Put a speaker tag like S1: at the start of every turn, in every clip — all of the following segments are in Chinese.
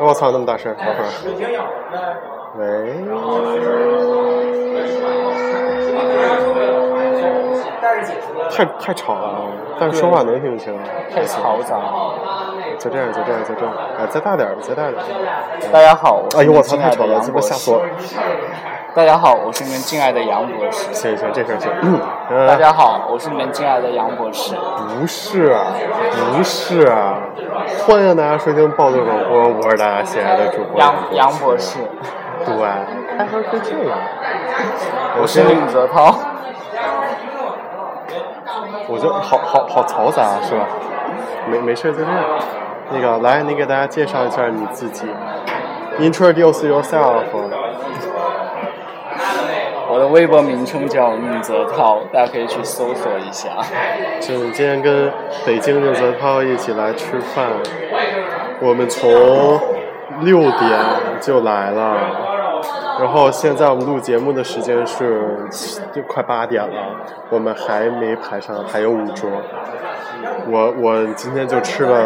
S1: 我操，那么大声，等会儿。
S2: 水晶眼儿呗。
S1: 喂，
S2: 但是解除了。
S1: 太太吵了，但是说话能听清。
S3: 太嘈杂了。
S1: 就这样，就这样，就这样。哎，再大点儿，再大点儿。
S3: 大家好，我是
S1: 哎
S3: 你
S1: 呦，我
S3: 们
S1: 操，
S3: 敬
S1: 太
S3: 爱
S1: 吵
S3: 的
S1: 了，
S3: 杨
S1: 这不
S3: 博
S1: 吓
S3: 士。
S1: 死我了。
S3: 大家好，我是你们敬爱的杨博士。
S1: 行行，这事儿行。嗯
S3: 大家好，我是你们敬爱的杨博士。
S1: 不是，啊不是，啊欢迎大家收听暴走广播，我是大家亲爱的主播
S3: 杨杨博士，
S1: 对，开头是这样。我
S3: 我是
S1: 先
S3: 李泽涛。
S1: 我就好好好嘈杂啊是吧？没没事，就这样。那个，来，你给大家介绍一下你自己，introduce yourself。
S3: 我的微博名称叫李泽涛，大家可以去搜索一下。
S1: 就你今天跟北京的泽涛一起来吃饭，我们从六点就来了，然后现在我们录节目的时间是七就快八点了，我们还没排上，还有五桌。我我今天就吃了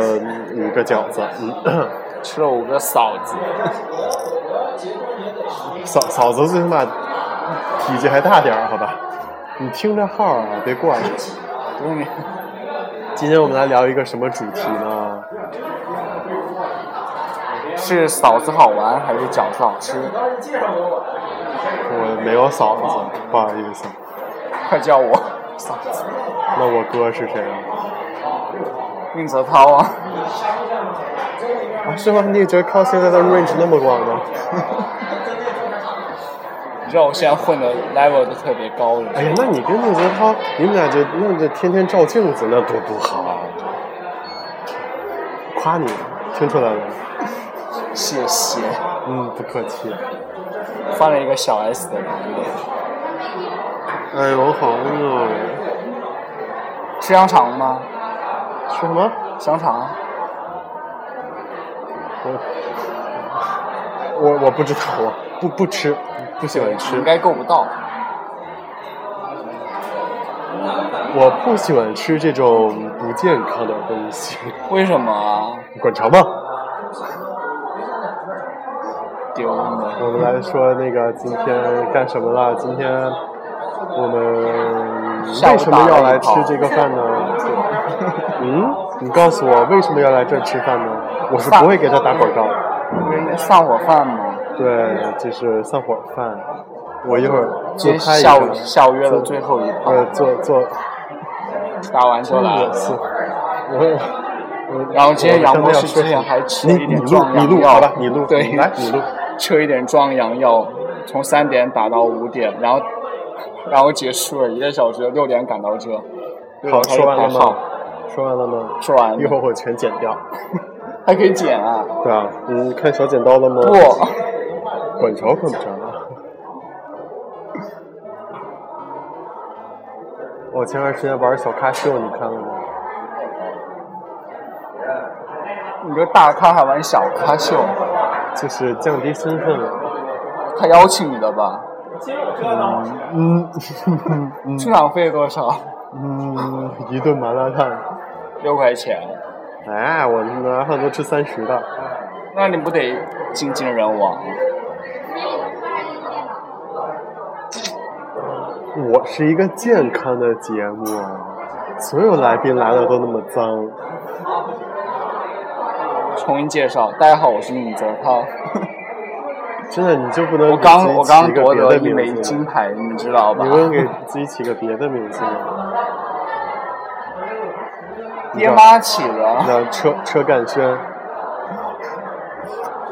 S1: 五个饺子，嗯。
S3: 吃了五个嫂子，
S1: 嫂嫂子最起码体积还大点儿，好吧？你听着号啊，别过来。
S3: 不是你
S1: 今天我们来聊一个什么主题呢？
S3: 是嫂子好玩还是饺子好吃？
S1: 我没有嫂子，不好意思。
S3: 快叫我嫂子，
S1: 那我哥是谁啊？
S3: 宁泽涛啊！
S1: 啊是吗？你觉得靠现在的 range 那么广吗？
S3: 你知道我现在混的 level 都特别高了。
S1: 哎呀，那你跟宁泽涛，你们俩就那就天天照镜子，那多不好啊！夸你，听出来了？
S3: 谢谢，
S1: 嗯，不客气。
S3: 翻了一个小 S 的版本。
S1: 哎呦，我好饿呀！
S3: 吃香肠吗？
S1: 说什么？
S3: 香肠？
S1: 我我我不知道，我不不吃，不喜欢吃
S3: 应。该够不到。
S1: 我不喜欢吃这种不健康的东西。
S3: 为什么啊？
S1: 滚床吧！
S3: 丢了。
S1: 我们来说那个今天干什么了？今天我们为什么要来吃这个饭呢？嗯，你告诉我为什么要来这儿吃饭呢？我是不会给他打广告。
S3: 散伙饭吗？
S1: 对，就是散伙饭。我一会儿
S3: 今
S1: 自
S3: 天
S1: 拍一
S3: 下午
S1: 个，
S3: 下午约了最后一
S1: 呃
S3: 趟，，
S1: 做做
S3: 打完就来
S1: 恶
S3: 了。
S1: 心。我我
S3: 然后今天杨博士之
S1: 之
S3: 前
S1: 前
S3: 还吃
S1: 你
S3: 了一
S1: 你
S3: 点
S1: 录
S3: 壮
S1: 你
S3: 阳
S1: 录
S3: 药，
S1: 好吧，你录
S3: 对，
S1: 你来你录。
S3: 吃了一点壮阳药，从三点打到五点，然后然后结束了一个小时，六点赶到这。
S1: 好，
S3: 还
S1: 说完了
S3: 还好
S1: 吗？说完了吗？
S3: 说完
S1: 一会儿我全剪掉。
S3: 还可以剪啊。
S1: 对啊，你看小剪刀了吗？
S3: 不，
S1: 管着管不着 啊。我前段时间玩小咖秀，你看了吗？
S3: 你这大咖还玩小咖秀，
S1: 就是降低身份了。
S3: 他邀请你的吧？
S1: 嗯
S3: 出场费多少？
S1: 嗯，一顿麻辣烫。
S3: 六块钱。
S1: 哎，我麻辣烫都吃三十的。
S3: 那你不得精尽人亡？
S1: 我是一个健康的节目，啊所有来宾来的都那么脏。
S3: 重新介绍，大家好，我是宁泽涛。
S1: 真的，你就不能
S3: 我
S1: 给
S3: 刚
S1: 自己
S3: 我
S1: 起
S3: 刚
S1: 一个
S3: 夺
S1: 别
S3: 得
S1: 的
S3: 一枚
S1: 名字
S3: 金牌，你知道吧
S1: 你？能给自己起个别的名字吗？
S3: 爹妈起了。
S1: 那车车干轩，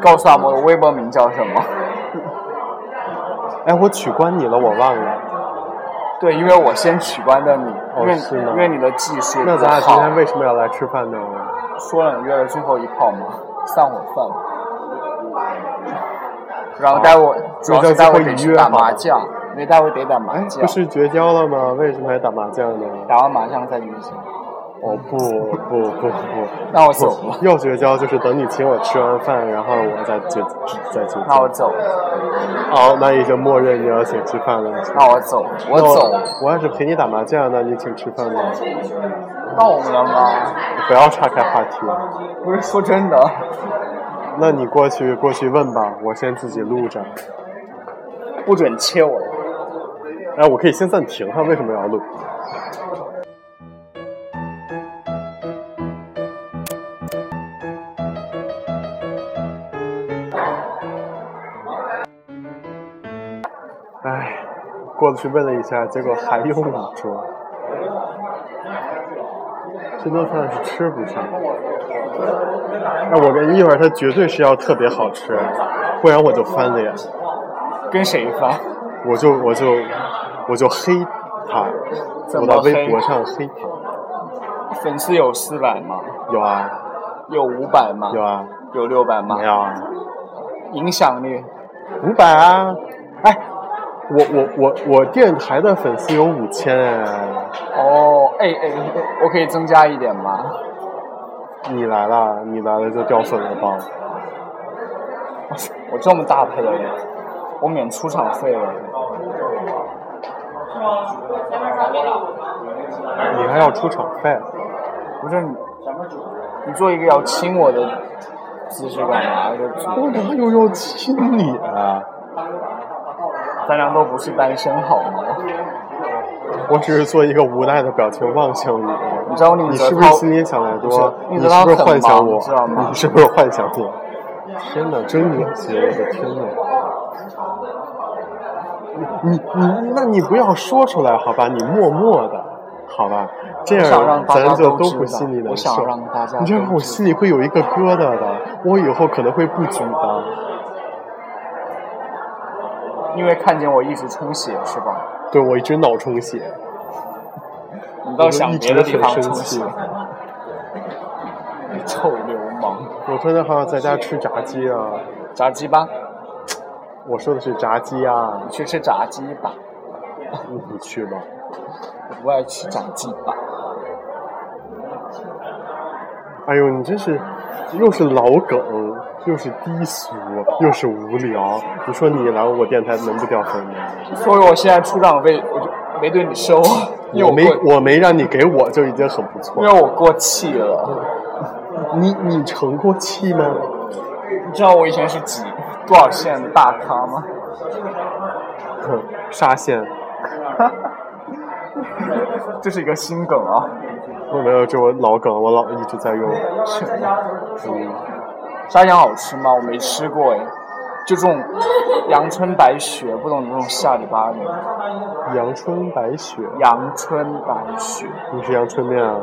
S3: 告诉他们我的微博名叫什么？
S1: 哎，我取关你了，我忘了。
S3: 对，因为我先取关的你，因为
S1: 哦是吗
S3: 因为你的技术
S1: 那
S3: 不
S1: 咱俩今
S3: 好。
S1: 天为什么要来吃饭呢？
S3: 说了你约了最后一炮嘛，散伙饭嘛。然后待会哦主要是待会得去打麻将，因为待会得打麻
S1: 哎，
S3: 将
S1: 不，是绝交了吗？为什么还打麻将呢？
S3: 打完麻将再去行。
S1: 哦不不不不，
S3: 那我走了，
S1: 要绝交就是等你请我吃完饭，然后我再绝再绝
S3: 那我
S1: 交。
S3: 走了，
S1: 哦，那已经默认你要请吃饭了。
S3: 那我走了，我
S1: 那
S3: 走了。
S1: 我要是陪你打麻将，那你请吃饭吗？
S3: 到了吗？啊
S1: 不要岔开话题。
S3: 不是说真的，
S1: 那你过去过去问吧，我先自己录着。
S3: 不准切我。
S1: 哎，我可以先暂停它，为什么要录？哎，过去问了一下，结果还用你说？这顿饭是吃不上。哎，我跟一会儿它绝对是要特别好吃，不然我就翻脸。
S3: 跟谁发？
S1: 我就我就我就黑他，
S3: 怎
S1: 我
S3: 么
S1: 到微
S3: 黑
S1: 博上黑他。
S3: 粉丝有四百吗？
S1: 有啊
S3: 有五百吗？
S1: 有啊，
S3: 有六百吗
S1: 没？有啊，
S3: 影响力
S1: 五百啊！哎，我我我我电台的粉丝有五千哎，
S3: 哦，哎哎，哎我可以增加一点吗？
S1: 你来了，你来了就掉粉了吧？
S3: 我这么大牌的人，我免出场费了。
S1: 你还要出场费？
S3: 不是你，你做一个要亲我的姿势干嘛？就
S1: 我哪有要亲你啊？
S3: 咱俩都不是单身好吗？
S1: 我只是做一个无奈的表情望向你。
S3: 你知道宁
S1: 你
S3: 泽
S1: 是不是
S3: 涛
S1: 今天想太
S3: 不是
S1: 多？你
S3: 宁泽
S1: 是
S3: 涛
S1: 不是
S3: 很
S1: 幻想
S3: 忙
S1: 我
S3: 你知道？吗
S1: 你是不是幻想我？天哪，真恶心！我的天哪！你你，那你不要说出来好吧？你默默的，好吧？这
S3: 我想
S1: 样
S3: 让大
S1: 啊咱
S3: 家
S1: 就
S3: 都
S1: 都
S3: 知
S1: 不
S3: 道
S1: 心里难
S3: 我
S1: 受
S3: 想。让大家
S1: 你这
S3: 都
S1: 样我
S3: 知
S1: 心里会有一个疙瘩的，我以后可能会不举的。
S3: 因为看见我一直充血是吧？
S1: 对我一直脑充血，
S3: 你
S1: 我
S3: 倒
S1: 就
S3: 想
S1: 一
S3: 别
S1: 直
S3: 的地
S1: 很
S3: 方
S1: 生
S3: 充
S1: 气
S3: 血。。你臭流氓，
S1: 我突然好想在家吃炸鸡啊！
S3: 炸鸡吧，
S1: 我说的是炸鸡啊，
S3: 去吃炸鸡吧，
S1: 你不去吧。
S3: 我不爱吃炸鸡吧。
S1: 哎呦，你真是又是老梗，又是低俗，又是无聊。你说你来我电台能不掉粉吗？
S3: 所以我现在出场费我就没对你收，因为
S1: 我没
S3: 过，
S1: 我没让你给我就已经很不
S3: 因
S1: 错。
S3: 为我过气了。
S1: 你你成过气吗？
S3: 你知道我以前是几多少线的大咖吗？
S1: 哼，沙县，
S3: 这是一个新梗啊。
S1: 我没有，这我老梗，我老一直在用。嗯
S3: 沙县好吃吗？我没吃过哎，就这种阳春白雪，不懂这种下里巴人。
S1: 阳春白雪，
S3: 阳春白雪，
S1: 你是阳春面啊？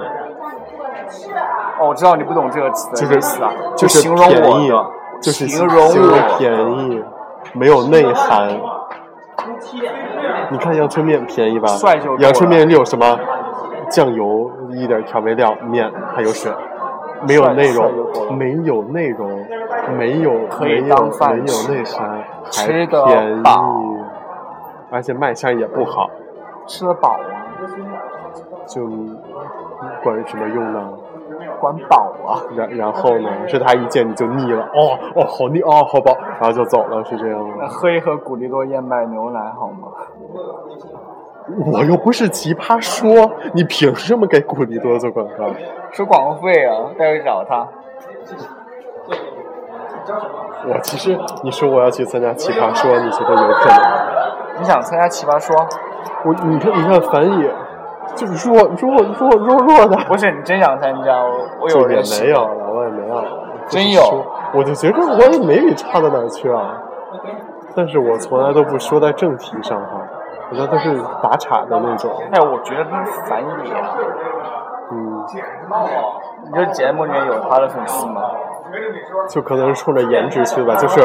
S3: 哦，我知道你不懂这个词
S1: 就
S3: 的
S1: 是
S3: 意思啊，
S1: 就
S3: 就是形容
S1: 便
S3: 我
S1: 宜
S3: 的，，
S1: 就是
S3: 形容我
S1: 便宜，没有内涵。你看阳春面便宜吧
S3: 帅就够？了
S1: 阳春面里有什么？酱油、一点调味料、面还有水，没有内
S3: 帅就够了
S1: 容，没有内容，没有
S3: 可以
S1: 没有
S3: 当饭
S1: 没有
S3: 吃
S1: 内涵，还
S3: 吃
S1: 便
S3: 得
S1: 宜
S3: 饱，
S1: 而且卖相也不好，
S3: 吃得饱啊，
S1: 就管什么用呢？
S3: 管饱啊，
S1: 然然后呢，是他一见你就腻了，哦哦，好腻哦，好饱，然后就走了，是这样
S3: 那
S1: 吗？
S3: 喝一喝古力多燕麦牛奶好吗？
S1: 我又不是奇葩说，你凭什么给古力多做广告？
S3: 收广告费啊，待会去找他。
S1: 我其实你说我要去参加奇葩说，你觉得有可能？
S3: 你想参加奇葩说？
S1: 我你看你看樊野，就是弱弱弱弱弱的，
S3: 不是，你真想参加？我我有
S1: 就也
S3: 人
S1: 没有了，我也没有了，
S3: 真
S1: 就是
S3: 有
S1: 说，我就觉得我也没你差到哪儿去啊，但是我从来都不说在正题上哈，我觉得都是打岔的那种，
S3: 哎，我觉得他是反野啊。
S1: 嗯。
S3: 你这节目里面有他的粉丝吗？
S1: 就可能是冲着颜值去吧，就是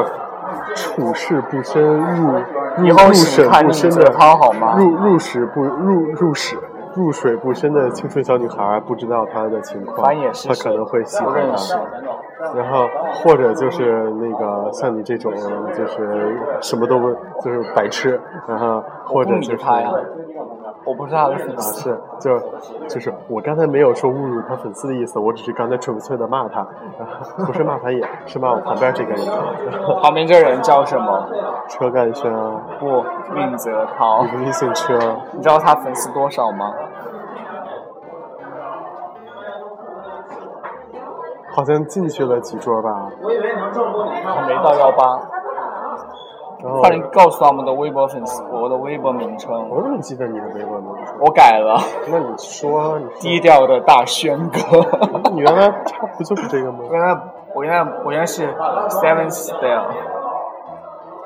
S1: 处事不深入入
S3: 以后
S1: 入
S3: 请
S1: 水
S3: 看
S1: 不
S3: 宁
S1: 深
S3: 泽
S1: 的
S3: 涛好吗
S1: 入入室不入入室入水不深的青春小女孩不知道她的情况
S3: 反野，是
S1: 她
S3: 谁
S1: 可能会喜
S3: 不
S1: 欢
S3: 认识
S1: 她。。然后或者就是那个像你这种就是什么都不就是白痴，然后或者就
S3: 不理
S1: 是
S3: 他呀，我不是他的粉
S1: 啊，
S3: 丝。
S1: 是，就是就是，我刚才没有说侮辱他粉丝的意思，我只是刚才纯粹的骂他，不是骂他也，是骂我旁边这个人，
S3: 旁边这人叫什么？
S1: 车干轩啊，
S3: 不，宁泽涛
S1: 你。不是姓车啊，
S3: 你知道他粉丝多少吗？
S1: 好像进去了几桌吧，
S2: 我以为能挣多，你看我
S3: 没到幺八。
S1: 然后
S3: 快点告诉他们的微博粉丝，我的微博名称，
S1: 我怎么记得你的微博名字？
S3: 我改了，
S1: 那你说，你说
S3: 低调的大轩哥。
S1: 你原来他不就是这个吗？
S3: 原来我原来我原来是 Seven Style。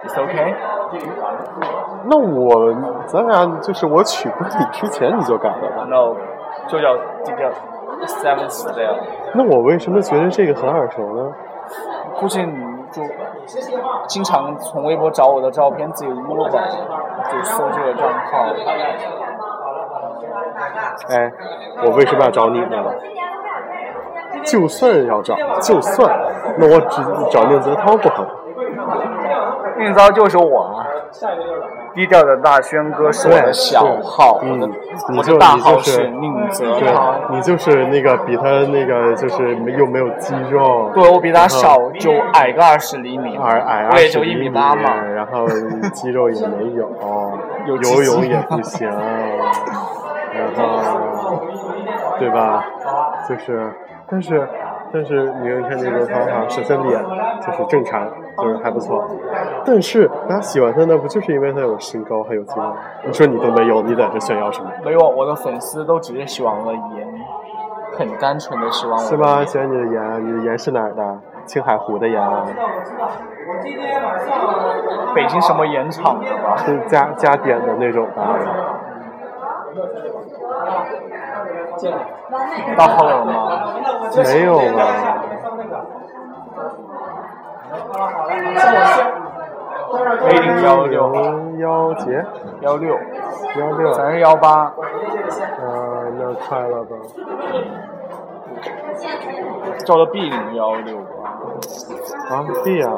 S3: It's OK。
S1: 那我咱俩就是我取过你之前你就改了吧？
S3: No，就叫低调 Seven Style。
S1: 那我为什么觉得这个很耳熟呢？
S3: 估计你就经常从微博找我的照片自己撸吧，就搜这个账号。
S1: 哎，我为什么要找你呢？就算要找，就算，那我只找宁泽涛不好吗？
S3: 运招就是我啊，低调的大轩哥是我的小号，
S1: 对
S3: 我的
S1: 嗯
S3: 我
S1: 你就
S3: 的大号
S1: 你就是
S3: 是宁泽涛。
S1: 对，你就是那个比他那个就是没又没有肌肉，
S3: 对我比他少就矮个二十厘米，
S1: 矮矮
S3: 我
S1: 二
S3: 也
S1: 十
S3: 就
S1: 厘
S3: 一
S1: 米，
S3: 米八嘛。
S1: 然后肌肉也没有，
S3: 有鸡
S1: 游
S3: 鸡
S1: 泳 也不行，然后对吧？就是，但是但是你又看这个方法，首先脸就是正常，就是还不错，但是大家喜欢他呢，不就是因为他有身高还有肌肉？你说你都没有，你在这炫耀什么？
S3: 没有，我的粉丝都只是喜欢我的颜，很单纯的喜欢我
S1: 是
S3: 的
S1: 吧？喜欢你的盐，你的盐是哪儿的？青海湖的盐啊，
S2: 我今天晚上
S3: 北京什么盐场的吧？
S1: 是加加碘的那种吧？
S3: 到后了吗？
S1: 没有啊吧？
S3: A 零幺六
S1: 幺节
S3: 幺六，
S1: 幺六，
S3: 咱是幺八。
S1: 呃，那快了吧？
S3: 叫做 B 零幺六吧，
S1: 啊，B 啊，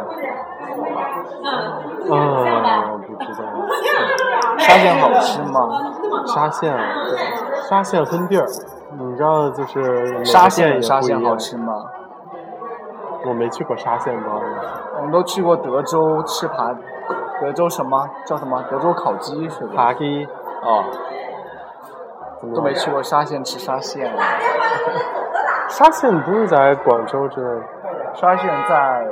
S1: 啊，不知道，
S3: 沙县好吃吗？
S1: 沙县，沙县分地儿，你知道就是每个
S3: 沙
S1: 县
S3: 县
S1: 也
S3: 沙
S1: 不一
S3: 县好
S1: 样。
S3: 吃吗？
S1: 我没去过沙县吧？
S3: 我们都去过德州吃扒，德州什么叫什么？德州烤鸡是吧？
S1: 爬梯
S3: 哦，
S1: 怎么
S3: 都没
S1: 样
S3: 去过沙县吃沙县，
S1: 沙县不是在广州之类的？
S3: 沙县在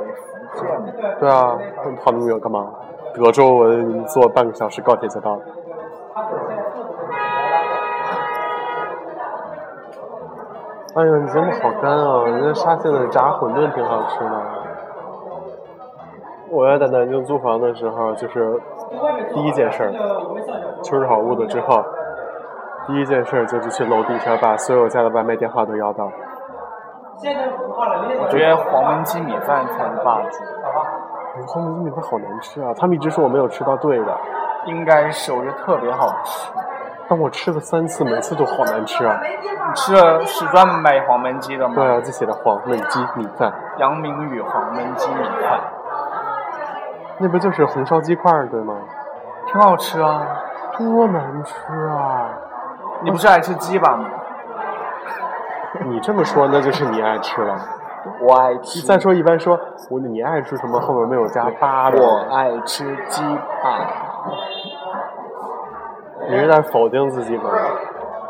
S3: 福建，
S1: 对啊，那跑那么远干嘛？德州我坐半个小时高铁就到了。哎呀，你节目好干啊！人家沙县的炸馄饨挺好吃的。我要在南京租房的时候，就是第一件事儿，收拾好屋子之后，第一件事儿就是去楼底下把所有家的外卖电话都要到。
S3: 我觉得黄焖鸡米饭才是霸主，
S1: 黄焖鸡米饭好难吃啊！他们一直说我没有吃到对的。
S3: 应该是我觉得特别好吃。
S1: 但我吃了三次，每次都好难吃啊！
S3: 你吃了是专门卖黄焖鸡的
S1: 对
S3: 吗？
S1: 啊，这写的黄焖鸡米饭，
S3: 杨明宇黄焖鸡米饭，
S1: 那不就是红烧鸡块儿对吗？
S3: 挺好吃啊。
S1: 多难吃啊！
S3: 你不是爱吃鸡吧？
S1: 你这么说，那就是你爱吃了。
S3: 我爱吃
S1: 再说一般说我你爱吃什么，后面没有加八的，
S3: 我爱吃鸡排。
S1: 你是在否定自己吗？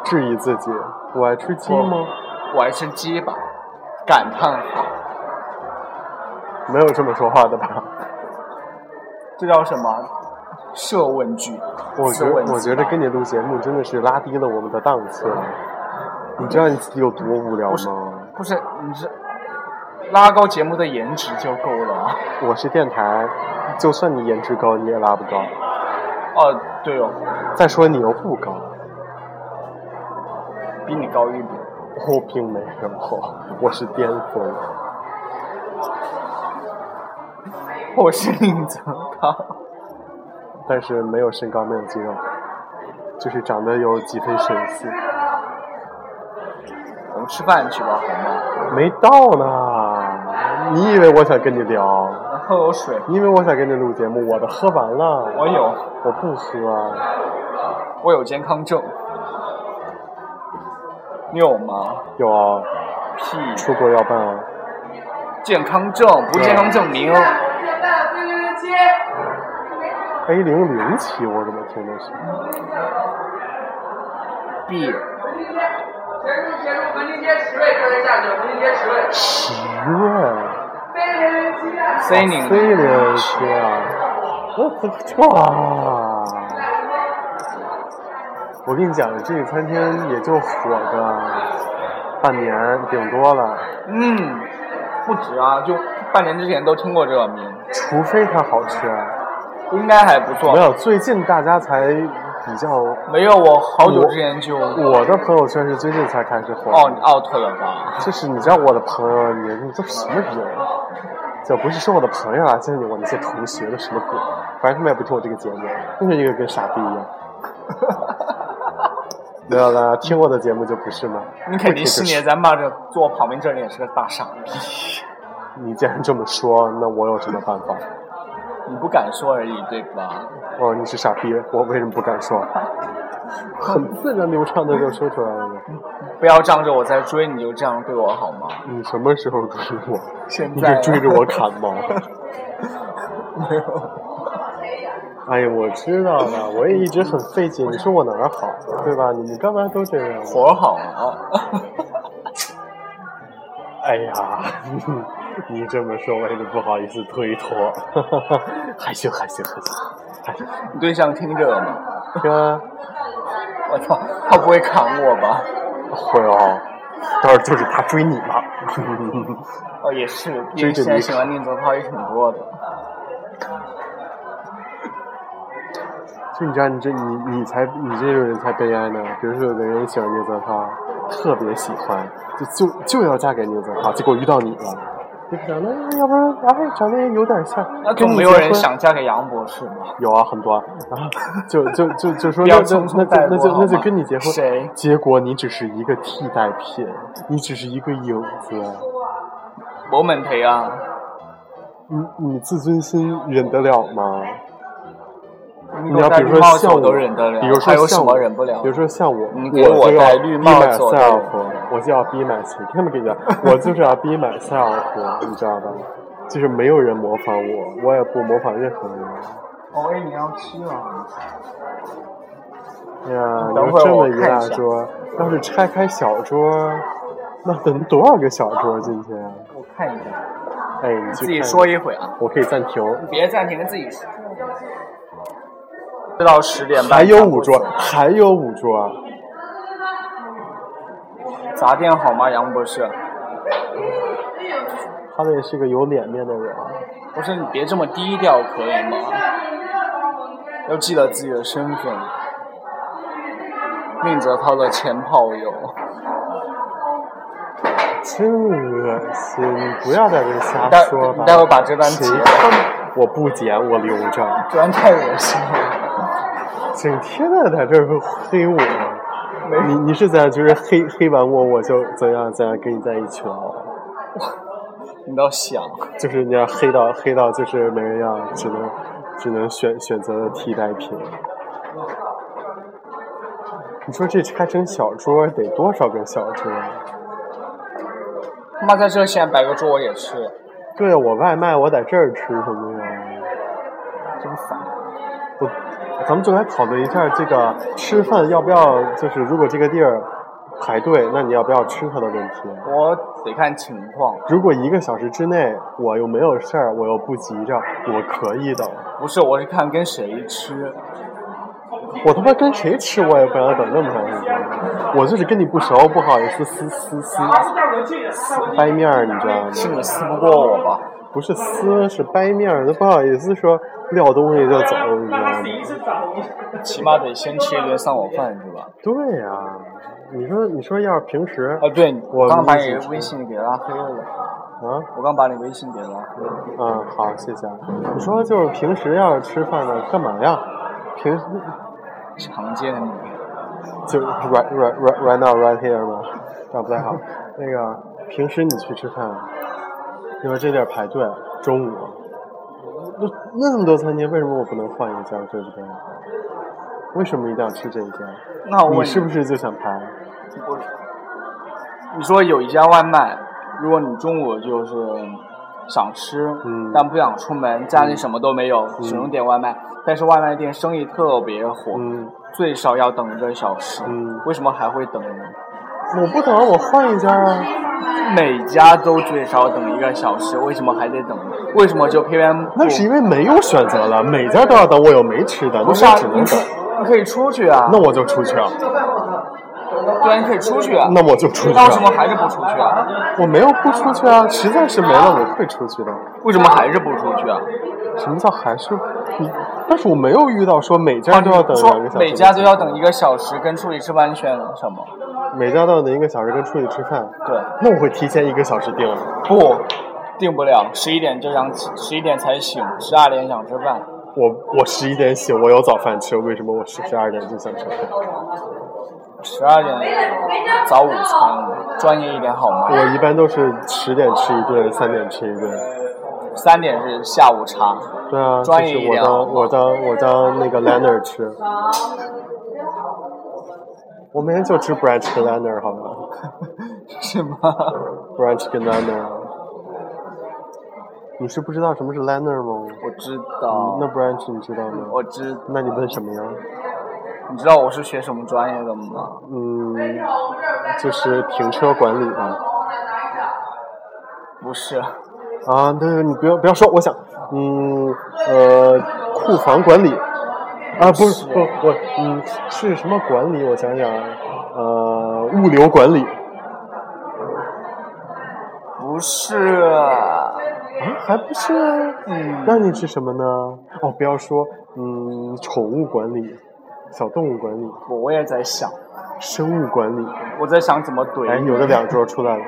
S1: 质疑自己，我爱吃鸡吗？
S3: 我爱吃鸡吧，感叹号，
S1: 没有这么说话的吧？
S3: 这叫什么？设问句。
S1: 我觉
S3: 自
S1: 得
S3: 问自答
S1: 我觉得跟你录节目真的是拉低了我们的档次。你知道你自己有多无聊吗？
S3: 不是你这拉高节目的颜值就够了啊。
S1: 我是电台，就算你颜值高，你也拉不高。
S3: 哦，对哦，
S1: 再说你又不高，
S3: 比你高一点。
S1: 我并没有，我是巅峰。
S3: 我是宁泽涛，
S1: 但是没有身高，没有肌肉，就是长得有几分神似。
S3: 我们吃饭去吧，好吗？
S1: 没到呢，你以为我想跟你聊？
S3: 然后有水，
S1: 你以为我想跟你录节目？我的喝完了，
S3: 我有，
S1: 我不喝，
S3: 我有健康证。你有吗？
S1: 有啊，
S3: 屁！
S1: 出国要办啊。
S3: 健康证不是健康证明。哦
S1: A 零零七，我怎么听的是
S3: B
S4: 结束结束，文林街十位，各位站着，文林街十位。
S1: 十位，
S4: 非人鸡蛋，
S1: 啊
S3: C 零
S1: 非人区啊！我我哇！我跟你讲，这个餐厅也就火个半年，顶多了，
S3: 嗯，不止啊，就半年之前都听过这个名，
S1: 除非它好吃。
S3: 应该还不错
S1: 没。有，最近大家才比较，
S3: 没有，我好久之前就哦
S1: 我的朋友圈是最近才开始火。
S3: out out 了吧？
S1: 就是你知道我的朋友，你你都什么人？这不是说我的朋友啊，就是我那些同学都什么鬼？反正他们也不听我这个节目，就是一个跟傻逼一样。 没有啦，听我的节目就不是吗？
S3: 你肯定是
S1: 不听
S3: 你，咱爸这坐我旁边这人也是个大傻逼，
S1: 就是你既然这么说，那我有什么办法？
S3: 你不敢说而已，对吧？
S1: 哦，你是傻逼，我为什么不敢说？很自然流畅的就说出来了嘛。
S3: 不要仗着我在追你就这样对我好吗？
S1: 你什么时候追我？
S3: 现
S1: 你
S3: 在
S1: 是追着 我砍吗？
S3: 没有，
S1: 哎呀，我知道了，我也一直很费解，你说我哪儿好，对吧？你们干嘛都这样？
S3: 活好啊！
S1: 哎呀， 你这么说我也是不好意思推脱， 还行还行还行，还 行。
S3: 你对象听这个吗？
S1: 哥，
S3: 我操，他不会砍我吧？
S1: 会哦，到时候就是他追你了。
S3: 哦，也是，因
S1: 追
S3: 为
S1: 着
S3: 现
S1: 你
S3: 在喜欢宁泽涛也挺多的。
S1: 就你知道，你这你你才你这种人才悲哀呢。比如说有个人喜欢宁泽涛，特别喜欢，就就就要嫁给宁泽涛，结果遇到你了，你长得要不然哎长得也有点像，
S3: 那
S1: 跟
S3: 总
S1: 你
S3: 没有
S1: 结
S3: 人
S1: 婚
S3: 想嫁给杨博士吗？
S1: 有啊，很多啊，然后就就就就说
S3: 不
S1: 那
S3: 要
S1: 就
S3: 匆匆
S1: 那就
S3: 带
S1: 那
S3: 过
S1: 就
S3: 好
S1: 那就
S3: 吗
S1: 跟你结婚，
S3: 谁
S1: 结果你只是一个替代品，你只是一个影子，
S3: 我们培啊，
S1: 你你自尊心忍得了吗？你
S3: 你
S1: 要
S3: 戴
S1: 比
S3: 绿
S1: 如说
S3: 帽子
S1: 像
S3: 我
S1: 我
S3: 都忍得了，
S1: 比如说
S3: 还有
S1: 像
S3: 什么
S1: 我
S3: 忍不了
S1: 比？如说像我，
S3: 你
S1: 我
S3: 给我
S1: 就
S3: 戴
S1: 要
S3: 绿
S1: be
S3: 帽子我都
S1: myself，我就要 be myself，他们给 的，我就是要 be myself，你知道吧？就是没有人模仿我，我也不模仿任何人。
S3: 哦，哎，你要吃了？
S1: 哎呀，
S3: 等
S1: 你
S3: 会
S1: 说
S3: 儿
S1: 这
S3: 我
S1: 么一
S3: 看
S1: 大
S3: 一下
S1: 桌，要是拆开小桌，那得多少个小桌进去啊？
S3: 我看一下，
S1: 哎，你去
S3: 自己
S1: 看
S3: 说，一会啊，
S1: 我可以暂停。
S3: 别暂停，自己说。吃到十点半，
S1: 还有五桌，还有五桌，
S3: 砸店好吗？杨博士，
S1: 他们也是个有脸面的人。
S3: 不是你别这么低调可以吗？要记得自己的身份。宁泽涛的前炮友，
S1: 真恶心！不要在这瞎
S3: 你待
S1: 说吧。
S3: 你待会儿把这段
S1: 谁
S3: 剪了
S1: 他妈我不剪，我留着。
S3: 不然太恶心了。
S1: 整天的在这儿黑我，你你是怎样？就是黑黑完我，我就怎样怎样跟你在一起了？
S3: 你倒想，啊
S1: 就是你要黑到黑到就是没人要，只能只能选选择替代品。你说这拆成小桌儿得多少个小桌啊儿？
S3: 他妈在这现在摆个桌我也吃了，
S1: 对我外卖我在这儿吃什么呀？
S3: 啊真烦。
S1: 我咱们就来讨论一下这个吃饭要不要，就是如果这个地儿排队，那你要不要吃它的问题。
S3: 我得看情况，
S1: 如果一个小时之内我又没有事儿，我又不急着，我可以等。
S3: 不是，我是看跟谁吃。
S1: 我他妈跟谁吃我也不想等那么长时间，我就是跟你不熟，不好意思撕撕撕掰面儿，你知道吗？
S3: 是你撕不过我吧？
S1: 不是撕是掰面儿，都不好意思说撂东西就走，嗯你知道吗？
S3: 起码得先吃一顿散伙饭是吧？
S1: 对呀、你说你说要是平时
S3: 啊，对，
S1: 我
S3: 我刚把
S1: 理
S3: 你
S1: 解
S3: 的微信给拉黑了，
S1: 啊。
S3: 我刚把你微信给拉黑了。
S1: 嗯，好，谢谢。啊。你说就是平时要是吃饭呢，干嘛呀？平时
S3: 常见你，
S1: 就 right right right right now right here 吗？啊，不太好。那个平时你去吃饭，你说这地儿排队，中午，那那么多餐厅，为什么我不能换一家，对不对？为什么一定要吃这一家？
S3: 那我
S1: 你
S3: 问你，
S1: 是不是就想排？
S3: 我你说有一家外卖，如果你中午就是想吃，
S1: 嗯
S3: 但不想出门，家里什么都没有，只能点外卖。但是外卖店生意特别火，
S1: 嗯，
S3: 最少要等一个小时。
S1: 嗯
S3: 为什么还会等呢？
S1: 我不等，我换一家啊。
S3: 每家都最少等一个小时，为什么还得等？为什么就偏偏不
S1: 那是因为没有选择了，每家都要等，我有没吃的，那
S3: 不
S1: 我
S3: 是啊？
S1: 只能
S3: 你
S1: 等。
S3: 你可以出去啊，
S1: 那我就出去啊，
S3: 对啊，你可以出去啊，
S1: 那我就出去
S3: 那为什么
S1: 啊。
S3: 还是不出去啊？
S1: 我没有不出去啊，实在是没了我会出去的。
S3: 为什么还是不出去啊？
S1: 什么叫还是？你但是我没有遇到说每家都要等
S3: 啊说
S1: 两个小时，
S3: 每家都要等一个小时，跟处理吃饭你选什么？
S1: 每家都要等一个小时跟出去吃饭。
S3: 对，
S1: 那我会提前一个小时定了，
S3: 不，定不了，十一点就想起，十一点才醒，十二点想吃饭。
S1: 我我十一点醒，我有早饭吃，为什么我十十二点就想吃饭？
S3: 十二点早午餐，专业一点好吗？
S1: 我一般都是十点吃一顿，三点吃一顿。
S3: 三点是下午茶，
S1: 对啊，就
S3: 专业
S1: 是
S3: 一
S1: 我
S3: 点啊
S1: 当我当我当那个 Leonard 吃。我每天就吃 brunch 跟 Leonard 好吗
S3: 是 吗？
S1: ？brunch 跟 Leonard。你是不知道什么是 Leonard 吗？
S3: 我知道
S1: 那，brunch 你知道吗？
S3: 我知，
S1: 那你问什么呀？
S3: 你知道我是学什么专业的吗？
S1: 嗯，就是停车管理啊吧。
S3: 不是，
S1: 啊，对对，你不要不要说，我想，嗯，呃，库房管理，啊，不是，不，我，嗯，是什么管理？我想想啊，呃，物流管理，
S3: 不是，
S1: 啊，还不是啊，
S3: 嗯
S1: 那你是什么呢？哦，不要说，嗯，宠物管理，小动物管理，
S3: 我我也在想，
S1: 生物管理，
S3: 我在想怎么
S1: 哎，
S3: 怼你。
S1: 有个两桌出来了。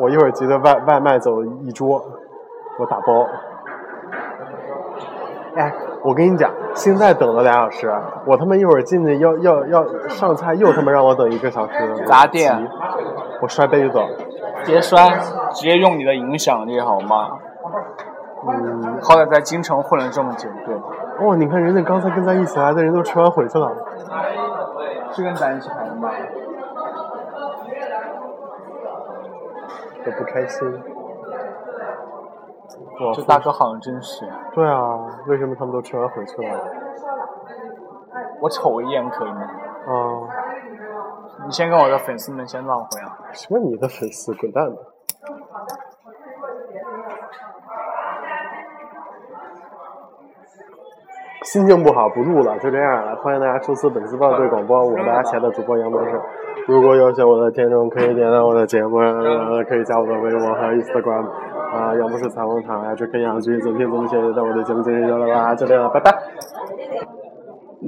S1: 我一会儿觉得外外卖走一桌，我打包。哎，我跟你讲，现在等了俩小时，我他妈一会儿进去要要要上菜，又他妈让我等一个小时。
S3: 砸店
S1: 急！我摔杯子。
S3: 别摔，直接用你的影响力好吗？
S1: 嗯，
S3: 好歹在京城混了这么久，对吧？
S1: 哦，你看人家刚才跟咱一起来的人都吃完回去了。
S3: 是跟咱一起来的吗？
S1: 我不开心。我
S3: 这大哥好像真是，
S1: 对啊，为什么他们都吃完回去了？
S3: 我瞅一眼可以吗？
S1: 啊、
S3: 你先跟我的粉丝们先唠会啊。
S1: 什么你的粉丝，滚蛋吧！心情不好不录了，就这样了。欢迎大家收听本次报对广播，我是大家亲爱的主播杨博士。如果有喜欢我的听众，可以点赞我的节目，呃、可以加我的微博和 Instagram，啊、杨博士彩虹糖呀，这跟杨局总听总写，在我的节目进行交流啦，就这样了，拜拜。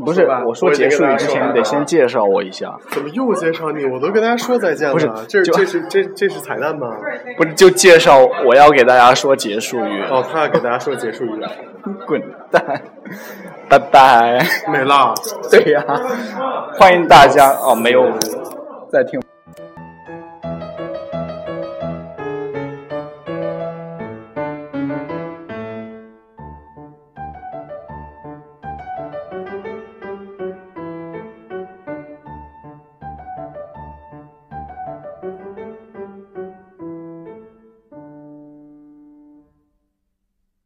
S3: 不是，我说结束
S1: 我也得跟大家
S3: 之
S1: 说
S3: 前，
S1: 完
S3: 你得先介绍我一下。
S1: 怎么又介绍你？我都跟大家说再见了，
S3: 不是
S1: 这
S3: 就
S1: 这是这这是彩蛋吗？
S3: 不是，就介绍我要给大家说结束语。
S1: 哦，他要给大家说结束语了。
S3: 滚蛋，拜拜。
S1: 没了。
S3: 对呀、欢迎大家哦，没有在听。